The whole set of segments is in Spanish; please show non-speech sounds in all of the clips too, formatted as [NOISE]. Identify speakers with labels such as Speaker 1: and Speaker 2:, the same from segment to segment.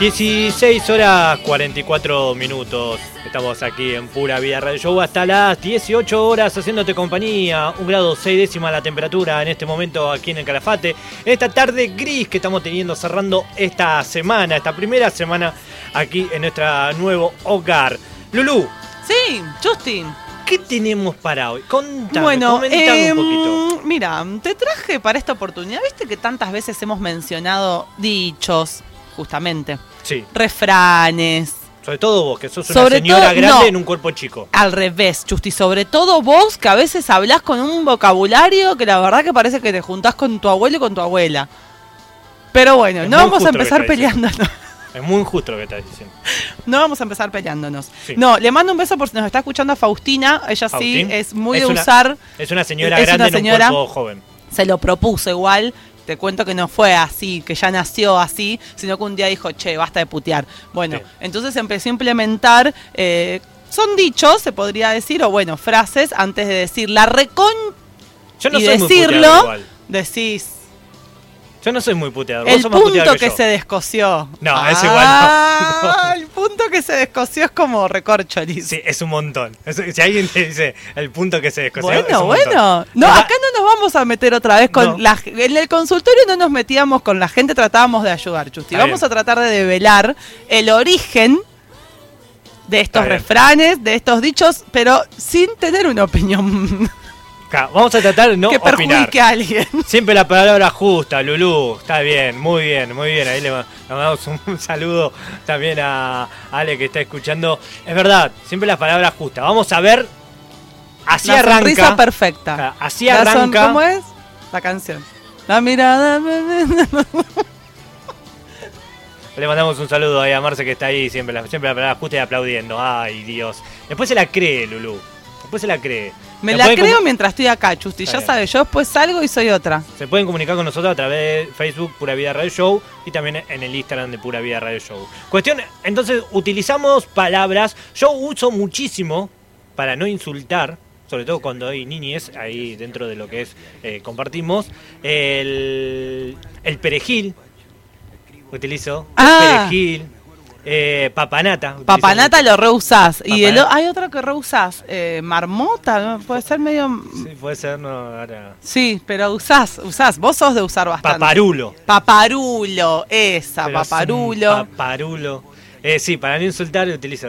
Speaker 1: 16 horas 44 minutos. Estamos aquí en Pura Vida Radio Show hasta las 18 horas haciéndote compañía. Un grado 6 décima la temperatura en este momento aquí en el Calafate. En esta tarde gris que estamos teniendo cerrando esta semana, esta primera semana aquí en nuestro nuevo hogar. Lulú,
Speaker 2: Sí, Justin.
Speaker 1: ¿qué tenemos para hoy? Contame,
Speaker 2: Bueno,
Speaker 1: comentame un
Speaker 2: em,
Speaker 1: poquito.
Speaker 2: mira, te traje para esta oportunidad, viste que tantas veces hemos mencionado dichos, justamente,
Speaker 1: Sí,
Speaker 2: refranes,
Speaker 1: sobre todo vos, que sos una
Speaker 2: Sobre
Speaker 1: señora
Speaker 2: todo-
Speaker 1: grande
Speaker 2: no.
Speaker 1: en un cuerpo chico.
Speaker 2: al revés, Justi, sobre todo vos que a veces hablas con un vocabulario que la verdad que parece que te juntás con tu abuelo y con tu abuela. Pero bueno,
Speaker 1: Es
Speaker 2: no
Speaker 1: muy
Speaker 2: vamos a
Speaker 1: justo lo que
Speaker 2: empezar
Speaker 1: está diciendo.
Speaker 2: peleándonos. [LAUGHS]
Speaker 1: Es muy injusto lo que estás diciendo.
Speaker 2: No vamos a empezar peleándonos.
Speaker 1: Sí.
Speaker 2: No, le mando un beso por si nos está escuchando a Faustina. Ella
Speaker 1: Faustín,
Speaker 2: sí es muy
Speaker 1: es
Speaker 2: de
Speaker 1: una-
Speaker 2: usar.
Speaker 1: Es una señora
Speaker 2: Es
Speaker 1: grande
Speaker 2: una
Speaker 1: en
Speaker 2: señora.
Speaker 1: un cuerpo joven.
Speaker 2: se lo propuso igual. Te cuento que no fue así, que ya nació así, sino que un día dijo, che, basta de putear. Bueno,
Speaker 1: Sí.
Speaker 2: entonces empezó a implementar, eh, son dichos, se podría decir, o bueno, frases antes de decir la recon
Speaker 1: Yo no
Speaker 2: y
Speaker 1: soy muy puteador
Speaker 2: decirlo,
Speaker 1: igual.
Speaker 2: decís
Speaker 1: Yo no soy muy puteador.
Speaker 2: el
Speaker 1: Vos sos más puteador
Speaker 2: punto que,
Speaker 1: que, yo.
Speaker 2: se descoció.
Speaker 1: No, es igual, no.
Speaker 2: Ah, El punto que se descoció es como recorcholis.
Speaker 1: Sí, es un montón. Es- si alguien te dice el punto que se descosió, es
Speaker 2: Bueno,
Speaker 1: un montón.
Speaker 2: bueno. No,
Speaker 1: Capaz-
Speaker 2: acá no nos vamos a meter otra vez con
Speaker 1: No.
Speaker 2: la g- en el consultorio no nos metíamos con la gente, tratábamos de ayudar, Chusti.
Speaker 1: Está
Speaker 2: vamos
Speaker 1: bien.
Speaker 2: a tratar de develar el origen de estos
Speaker 1: bien.
Speaker 2: refranes, de estos dichos, pero sin tener una opinión
Speaker 1: Acá, Vamos a tratar de no
Speaker 2: que
Speaker 1: opinar.
Speaker 2: perjudique a alguien.
Speaker 1: Siempre la palabra justa, Lulú. Está bien, muy bien, muy bien. Ahí le ma- le mandamos un, un saludo también a Ale que está escuchando. Es verdad, siempre la palabra justa. Vamos a ver. Así
Speaker 2: la sonrisa
Speaker 1: arranca.
Speaker 2: perfecta.
Speaker 1: Acá, Así
Speaker 2: La son-
Speaker 1: arranca.
Speaker 2: ¿Cómo es? La canción. La mirada. [LAUGHS]
Speaker 1: Le mandamos un saludo ahí a Marce que está ahí siempre, la- siempre la palabra justa y aplaudiendo. Ay, Dios. Después se la cree, Lulú. Después se la cree.
Speaker 2: Me
Speaker 1: Se
Speaker 2: la
Speaker 1: pueden
Speaker 2: creo
Speaker 1: comu-
Speaker 2: mientras estoy acá, Chusti.
Speaker 1: Está
Speaker 2: Ya
Speaker 1: bien.
Speaker 2: sabes, yo después salgo y soy otra.
Speaker 1: Se pueden comunicar con nosotros a través de Facebook Pura Vida Radio Show y también en el Instagram de Pura Vida Radio Show. Cuestión, entonces utilizamos palabras. Yo uso muchísimo para no insultar, sobre todo cuando hay niñes ahí dentro de lo que es eh, compartimos. El, el perejil, utilizo.
Speaker 2: Ah.
Speaker 1: Perejil. eh, papanata. utilizo
Speaker 2: Papanata
Speaker 1: mucho.
Speaker 2: lo reusás. Y el o-
Speaker 1: Papanata.
Speaker 2: hay otra que reusás. eh, marmota, ¿no? puede ser medio.
Speaker 1: Sí, puede ser, no, ahora.
Speaker 2: Sí, pero usás, usás. Vos sos de usar bastante.
Speaker 1: Paparulo.
Speaker 2: Paparulo, esa,
Speaker 1: Pero es un
Speaker 2: paparulo.
Speaker 1: Paparulo. Eh, sí, para no insultar, utilizo.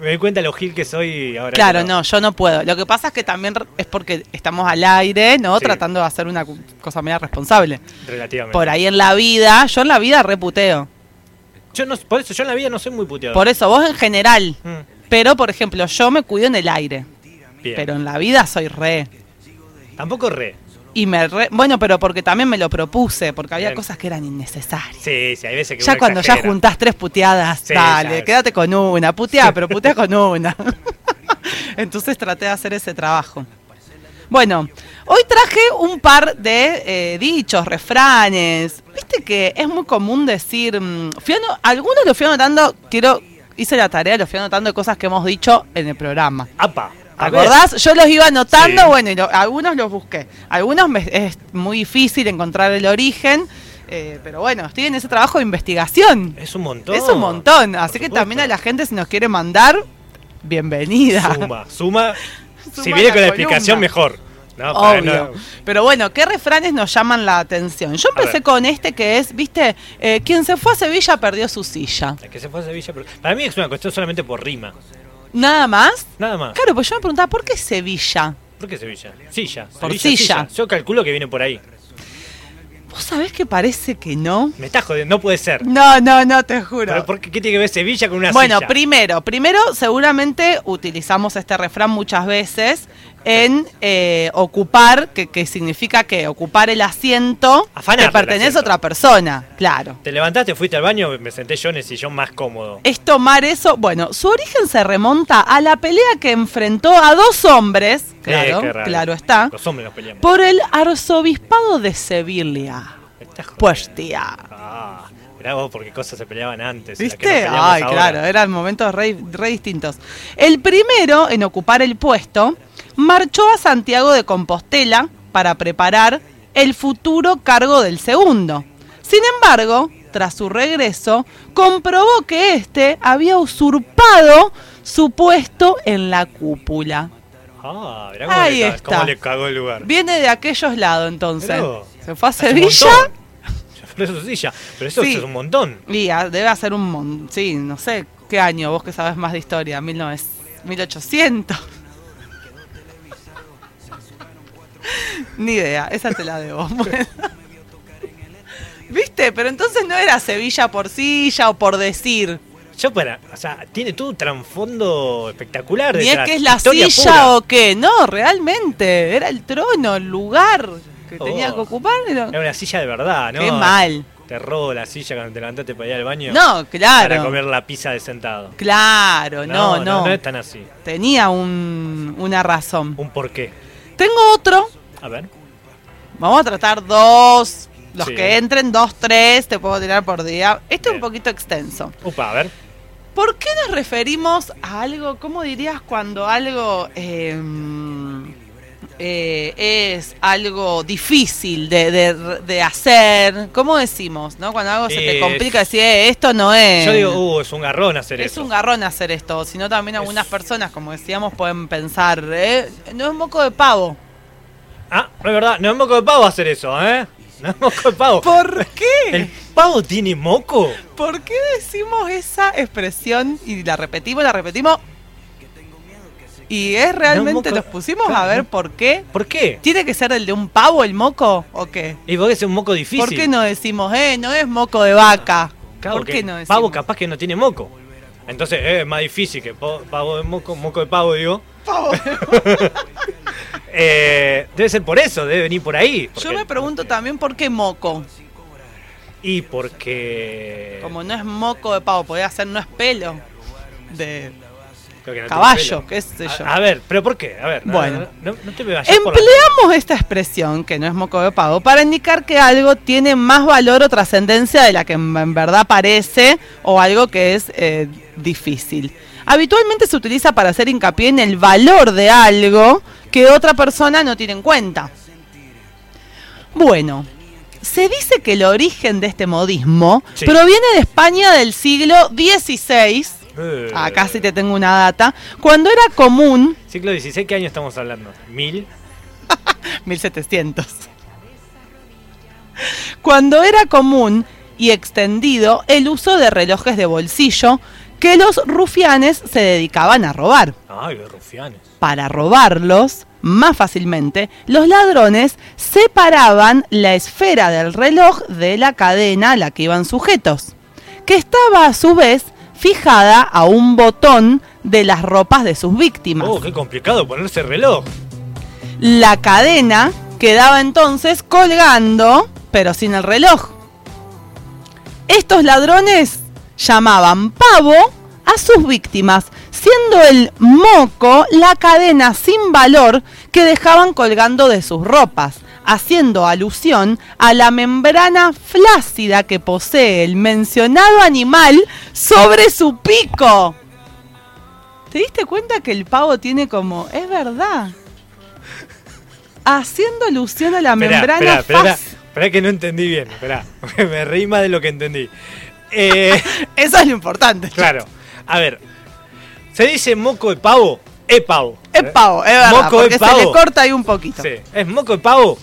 Speaker 1: Me doy cuenta lo gil que soy ahora.
Speaker 2: Claro,
Speaker 1: que
Speaker 2: no, yo no puedo. Lo que pasa es que también re- es porque estamos al aire, ¿no?
Speaker 1: Sí.
Speaker 2: Tratando de hacer una cu- cosa media responsable.
Speaker 1: Relativamente.
Speaker 2: Por ahí en la vida, yo en la vida reputeo.
Speaker 1: Yo no, por eso, yo en la vida no soy muy puteado.
Speaker 2: Por eso, vos en general.
Speaker 1: Mm,
Speaker 2: Pero, por ejemplo, yo me cuido en el aire.
Speaker 1: bien.
Speaker 2: Pero en la vida soy re.
Speaker 1: Tampoco re.
Speaker 2: Y me re- Bueno, pero porque también me lo propuse, porque había
Speaker 1: Bien.
Speaker 2: cosas que eran innecesarias.
Speaker 1: Sí, sí, hay veces que.
Speaker 2: Ya
Speaker 1: uno
Speaker 2: cuando ya
Speaker 1: exagera.
Speaker 2: juntás tres puteadas,
Speaker 1: Sí,
Speaker 2: dale,
Speaker 1: ya.
Speaker 2: quédate con una, putea, pero putea con una. [LAUGHS] Entonces traté de hacer ese trabajo. Bueno, hoy traje un par de eh, dichos, refranes. Viste que es muy común decir, mm, fui ano- algunos lo fui anotando, quiero, hice la tarea, lo fui anotando de cosas que hemos dicho en el programa.
Speaker 1: Apa.
Speaker 2: ¿Te
Speaker 1: a ver.
Speaker 2: acordás? Yo los iba anotando,
Speaker 1: Sí.
Speaker 2: bueno, y lo- algunos los busqué. Algunos me- es muy difícil encontrar el origen, eh, pero bueno, estoy en ese trabajo de investigación.
Speaker 1: Es un montón.
Speaker 2: Es un montón,
Speaker 1: Por
Speaker 2: así que
Speaker 1: supuesto.
Speaker 2: también a la gente si nos quiere mandar, bienvenida. [LAUGHS]
Speaker 1: Suma, suma.
Speaker 2: Suma
Speaker 1: si viene
Speaker 2: la
Speaker 1: con la
Speaker 2: columna.
Speaker 1: explicación, mejor. No, para
Speaker 2: Obvio.
Speaker 1: no-
Speaker 2: Pero bueno, ¿qué refranes nos llaman la atención? Yo
Speaker 1: A ver.
Speaker 2: empecé con este que es, viste, Eh, quien se fue a Sevilla perdió su silla.
Speaker 1: la que se fue a Sevilla. pero- Para mí es una cuestión solamente por rima.
Speaker 2: Nada más.
Speaker 1: Nada más.
Speaker 2: Claro, pues yo me preguntaba, ¿por qué Sevilla?
Speaker 1: ¿Por qué Sevilla? Silla.
Speaker 2: Por
Speaker 1: Sevilla,
Speaker 2: silla.
Speaker 1: Yo calculo que viene por ahí.
Speaker 2: ¿Vos sabés que parece que no?
Speaker 1: Me estás jodiendo, no puede ser.
Speaker 2: No, no, no, te juro.
Speaker 1: ¿Pero por qué, qué tiene que ver Sevilla con una
Speaker 2: Bueno,
Speaker 1: silla?
Speaker 2: primero, primero seguramente utilizamos este refrán muchas veces en eh, ocupar, que, que significa que ocupar el asiento
Speaker 1: Afanarte
Speaker 2: que pertenece
Speaker 1: el asiento.
Speaker 2: a otra persona, claro.
Speaker 1: Te levantaste, fuiste al baño, me senté yo en el sillón más cómodo.
Speaker 2: Es tomar eso, bueno, su origen se remonta a la pelea que enfrentó a dos hombres,
Speaker 1: Eh,
Speaker 2: claro,
Speaker 1: qué raro.
Speaker 2: claro está,
Speaker 1: Los hombres nos peleamos.
Speaker 2: por el arzobispado de Sevilla.
Speaker 1: Me estás jodiendo.
Speaker 2: Pues tía.
Speaker 1: Ah, mirá vos porque cosas se peleaban antes. y las que nos
Speaker 2: ¿Viste?
Speaker 1: peleamos
Speaker 2: Ay,
Speaker 1: ahora.
Speaker 2: claro, eh. eran momentos re, re distintos. El primero en ocupar el puesto marchó a Santiago de Compostela para preparar el futuro cargo del segundo. Sin embargo, tras su regreso, comprobó que éste había usurpado su puesto en la cúpula.
Speaker 1: Ah, mirá cómo,
Speaker 2: Ahí
Speaker 1: le, ca-
Speaker 2: está.
Speaker 1: cómo le cagó el lugar.
Speaker 2: Viene de aquellos lados entonces.
Speaker 1: Mirá vos.
Speaker 2: Se fue a
Speaker 1: Hace un
Speaker 2: Sevilla
Speaker 1: montón. [LAUGHS] Por eso silla. Pero eso
Speaker 2: Sí.
Speaker 1: es un montón.
Speaker 2: y ah, debe hacer un mon- sí, no sé qué año, vos que sabes más de historia, 1900, 1800. [LAUGHS] Ni idea, esa te la debo. [LAUGHS] Bueno. ¿Viste? Pero entonces no era Sevilla por silla o por decir.
Speaker 1: Yo para, o sea, tiene todo un trasfondo espectacular.
Speaker 2: Ni es
Speaker 1: detrás.
Speaker 2: que es la
Speaker 1: Historia
Speaker 2: silla
Speaker 1: pura.
Speaker 2: o qué. No, realmente. Era el trono, el lugar que
Speaker 1: Oh.
Speaker 2: tenía que ocupar. era-
Speaker 1: Era una silla de verdad, ¿no?
Speaker 2: Qué mal.
Speaker 1: Te robo la silla cuando te levantaste para ir al baño.
Speaker 2: No,
Speaker 1: Para
Speaker 2: claro.
Speaker 1: comer la pizza de sentado.
Speaker 2: Claro, no,
Speaker 1: no.
Speaker 2: no.
Speaker 1: es tan así.
Speaker 2: Tenía un- una razón.
Speaker 1: Un porqué.
Speaker 2: Tengo otro.
Speaker 1: A ver.
Speaker 2: Vamos a tratar dos. Los
Speaker 1: Sí.
Speaker 2: que entren, dos, tres, te puedo tirar por día. Este
Speaker 1: Bien.
Speaker 2: es un poquito extenso.
Speaker 1: Upa, a ver.
Speaker 2: ¿Por qué nos referimos a algo, cómo dirías cuando algo em, eh, es algo difícil de, de- de hacer? ¿Cómo decimos, no? Cuando algo se te
Speaker 1: Eh,
Speaker 2: complica, decir, "Eh, esto no es.
Speaker 1: Yo digo, uh, es un garrón hacer
Speaker 2: es
Speaker 1: eso.
Speaker 2: un garrón hacer esto, sino también algunas
Speaker 1: Es-
Speaker 2: personas, como decíamos, pueden pensar, "Eh, no es moco de pavo.
Speaker 1: Ah, no es verdad. No es moco de pavo hacer eso, ¿eh? No es moco de pavo. [LAUGHS]
Speaker 2: ¿Por
Speaker 1: ¿El
Speaker 2: qué?
Speaker 1: pavo tiene moco?
Speaker 2: ¿Por qué decimos esa expresión y la repetimos, la repetimos? Y es
Speaker 1: moco-
Speaker 2: realmente, nos pusimos a ver por qué
Speaker 1: ¿Por qué?
Speaker 2: ¿Tiene que ser el de un pavo el moco o qué?
Speaker 1: Y porque es un moco difícil.
Speaker 2: ¿Por qué no decimos, eh, no es moco de vaca?
Speaker 1: Claro,
Speaker 2: ¿Por
Speaker 1: porque
Speaker 2: qué no decimos?
Speaker 1: Pavo capaz que no tiene moco. Entonces eh, es más difícil que po- pavo de moco, moco de pavo, digo.
Speaker 2: Pavo.
Speaker 1: [LAUGHS] Eh, debe ser por eso, debe venir por ahí.
Speaker 2: Yo
Speaker 1: porque-
Speaker 2: me pregunto también por qué moco.
Speaker 1: Y porque...
Speaker 2: Como no es moco de pavo, podría ser no es pelo de
Speaker 1: Creo que no tiene
Speaker 2: caballo,
Speaker 1: pelo.
Speaker 2: qué sé yo.
Speaker 1: A, a ver, pero ¿por qué? A ver, no,
Speaker 2: Bueno.
Speaker 1: no, no- no te me vayas por la-
Speaker 2: Empleamos esta expresión, que no es moco de pavo, para indicar que algo tiene más valor o trascendencia de la que en en verdad parece o algo que es eh, difícil. Habitualmente se utiliza para hacer hincapié en el valor de algo que otra persona no tiene en cuenta. Bueno, se dice que el origen de este modismo
Speaker 1: Sí.
Speaker 2: proviene de España del siglo XVI.
Speaker 1: Eh,
Speaker 2: Acá sí Ah, te tengo una data. Cuando era común
Speaker 1: Siglo XVI, ¿qué año estamos hablando? ¿Mil?
Speaker 2: 1700. Cuando era común y extendido el uso de relojes de bolsillo que los rufianes se dedicaban a robar.
Speaker 1: Ay, los rufianes.
Speaker 2: Para robarlos más fácilmente, los ladrones separaban la esfera del reloj de la cadena a la que iban sujetos, que estaba a su vez fijada a un botón de las ropas de sus víctimas.
Speaker 1: Oh, qué complicado ponerse reloj.
Speaker 2: La cadena quedaba entonces colgando, pero sin el reloj. Estos ladrones llamaban pavo a sus víctimas, siendo el moco la cadena sin valor que dejaban colgando de sus ropas, haciendo alusión a la membrana flácida que posee el mencionado animal sobre su pico. ¿Te diste cuenta que el pavo tiene como... Es verdad. Haciendo alusión a la membrana
Speaker 1: espera,
Speaker 2: flácida.
Speaker 1: espera que no entendí bien. Espera, [LAUGHS] me reí más de lo que entendí.
Speaker 2: [LAUGHS]
Speaker 1: Eh,
Speaker 2: Eso es lo importante.
Speaker 1: claro, a ver. Se dice moco de pavo, e pavo.
Speaker 2: Es pavo, es verdad,
Speaker 1: Moco de
Speaker 2: porque
Speaker 1: pavo.
Speaker 2: se le corta ahí un poquito.
Speaker 1: Sí, es moco de pavo.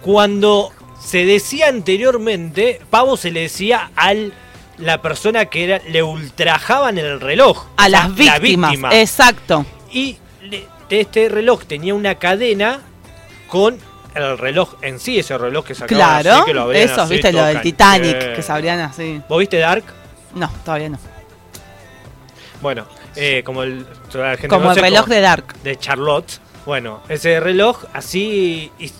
Speaker 1: Cuando se decía anteriormente, pavo se le decía al la persona que era, le ultrajaban el reloj.
Speaker 2: A
Speaker 1: O sea,
Speaker 2: las víctimas,
Speaker 1: La víctima.
Speaker 2: exacto.
Speaker 1: Y le- de este reloj tenía una cadena con el reloj en sí, ese reloj que sacaban
Speaker 2: Claro,
Speaker 1: así, que lo abrían
Speaker 2: esos,
Speaker 1: así,
Speaker 2: viste, lo del
Speaker 1: tocan.
Speaker 2: Titanic,
Speaker 1: Eh,
Speaker 2: que se abrían así.
Speaker 1: ¿Vos viste Dark?
Speaker 2: No, todavía no.
Speaker 1: Bueno, eh, como el, toda la gente
Speaker 2: Como el
Speaker 1: conoce,
Speaker 2: reloj
Speaker 1: como-
Speaker 2: de Dark.
Speaker 1: de Charlotte. Bueno, ese reloj así... y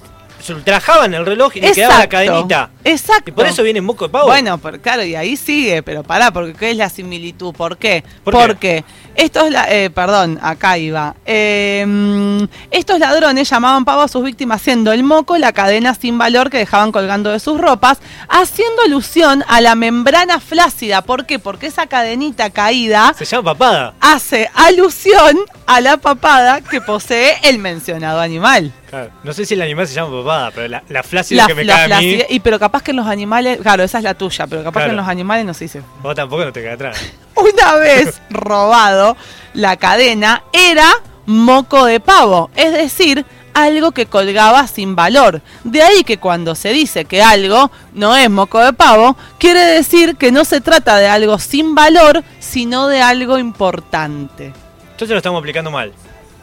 Speaker 1: se ultrajaban el reloj y le quedaba la cadenita.
Speaker 2: Exacto.
Speaker 1: Y por eso viene Moco de Pavo.
Speaker 2: Bueno, por- claro, y ahí sigue, pero pará, porque ¿qué es la similitud? ¿Por qué?
Speaker 1: ¿Por
Speaker 2: porque estos, la- eh, perdón, acá iba. Eh, mm, estos ladrones llamaban pavo a sus víctimas siendo el moco la cadena sin valor que dejaban colgando de sus ropas, haciendo alusión a la membrana flácida. ¿Por qué? Porque esa cadenita caída
Speaker 1: Se llama papada.
Speaker 2: hace alusión a la papada que posee el mencionado animal.
Speaker 1: Claro, No sé si el animal se llama papada, pero la, la flácida
Speaker 2: La,
Speaker 1: que me
Speaker 2: la
Speaker 1: cae a mí,
Speaker 2: flacidez- y pero capaz que en los animales, claro, esa es la tuya, pero capaz
Speaker 1: Claro.
Speaker 2: que en los animales no se dice.
Speaker 1: vos tampoco no te cae atrás.
Speaker 2: Una vez robado, la cadena era moco de pavo, es decir, algo que colgaba sin valor. De ahí que cuando se dice que algo no es moco de pavo, quiere decir que no se trata de algo sin valor, sino de algo importante.
Speaker 1: Entonces lo estamos aplicando mal.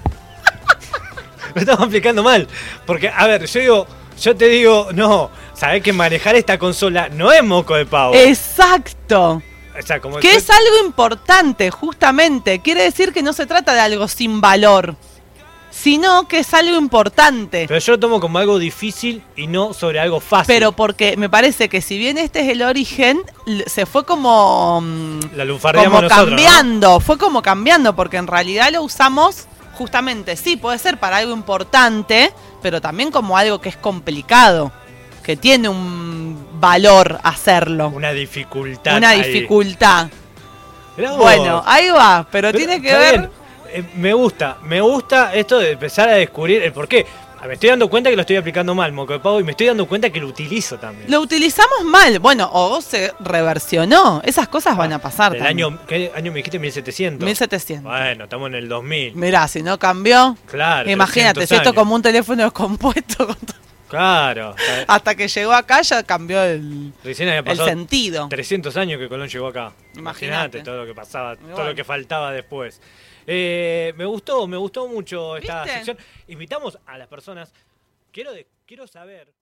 Speaker 1: [LAUGHS] lo estamos aplicando mal. Porque, a ver, yo digo, yo te digo, no, sabés que manejar esta consola no es moco de pavo.
Speaker 2: Exacto.
Speaker 1: o sea, como
Speaker 2: Que
Speaker 1: yo-
Speaker 2: Eh, es algo importante, justamente. Quiere decir que no se trata de algo sin valor, sino que es algo importante.
Speaker 1: Pero yo lo tomo como algo difícil y no sobre algo fácil.
Speaker 2: Pero porque me parece que si bien este es el origen, l- se fue como, mm,
Speaker 1: la
Speaker 2: como
Speaker 1: lunfardeamos nosotros. ¿no?
Speaker 2: cambiando, fue como cambiando, porque en realidad lo usamos justamente, sí, puede ser para algo importante, pero también como algo que es complicado, que tiene un valor hacerlo,
Speaker 1: Una dificultad.
Speaker 2: una
Speaker 1: ahí.
Speaker 2: dificultad.
Speaker 1: Mirá vos.
Speaker 2: Bueno, ahí va, pero, tiene que
Speaker 1: está
Speaker 2: ver...
Speaker 1: bien. Eh, me gusta, me gusta esto de empezar a descubrir el porqué. Ah, Me estoy dando cuenta que lo estoy aplicando mal, moco de pavo, y me estoy dando cuenta que lo utilizo también.
Speaker 2: Lo utilizamos mal, bueno, o se reversionó, esas cosas van a pasar.
Speaker 1: Del
Speaker 2: también.
Speaker 1: año, ¿qué año me dijiste? 1700.
Speaker 2: 1700.
Speaker 1: Bueno, estamos en el 2000.
Speaker 2: Mirá, si no cambió,
Speaker 1: Claro.
Speaker 2: Imagínate,
Speaker 1: 300
Speaker 2: si esto
Speaker 1: años.
Speaker 2: como un teléfono descompuesto, [LAUGHS] con to-
Speaker 1: Claro. eh,
Speaker 2: hasta que llegó acá ya cambió el,
Speaker 1: Recién había
Speaker 2: Ah, el
Speaker 1: pasado
Speaker 2: sentido.
Speaker 1: 300 años que Colón llegó acá. Imagínate
Speaker 2: Imagínate.
Speaker 1: todo lo que pasaba, todo
Speaker 2: bueno.
Speaker 1: lo que faltaba después. Eh, me gustó, me gustó mucho esta
Speaker 2: ¿Viste?
Speaker 1: sección. Invitamos a las personas. Quiero, de- quiero saber.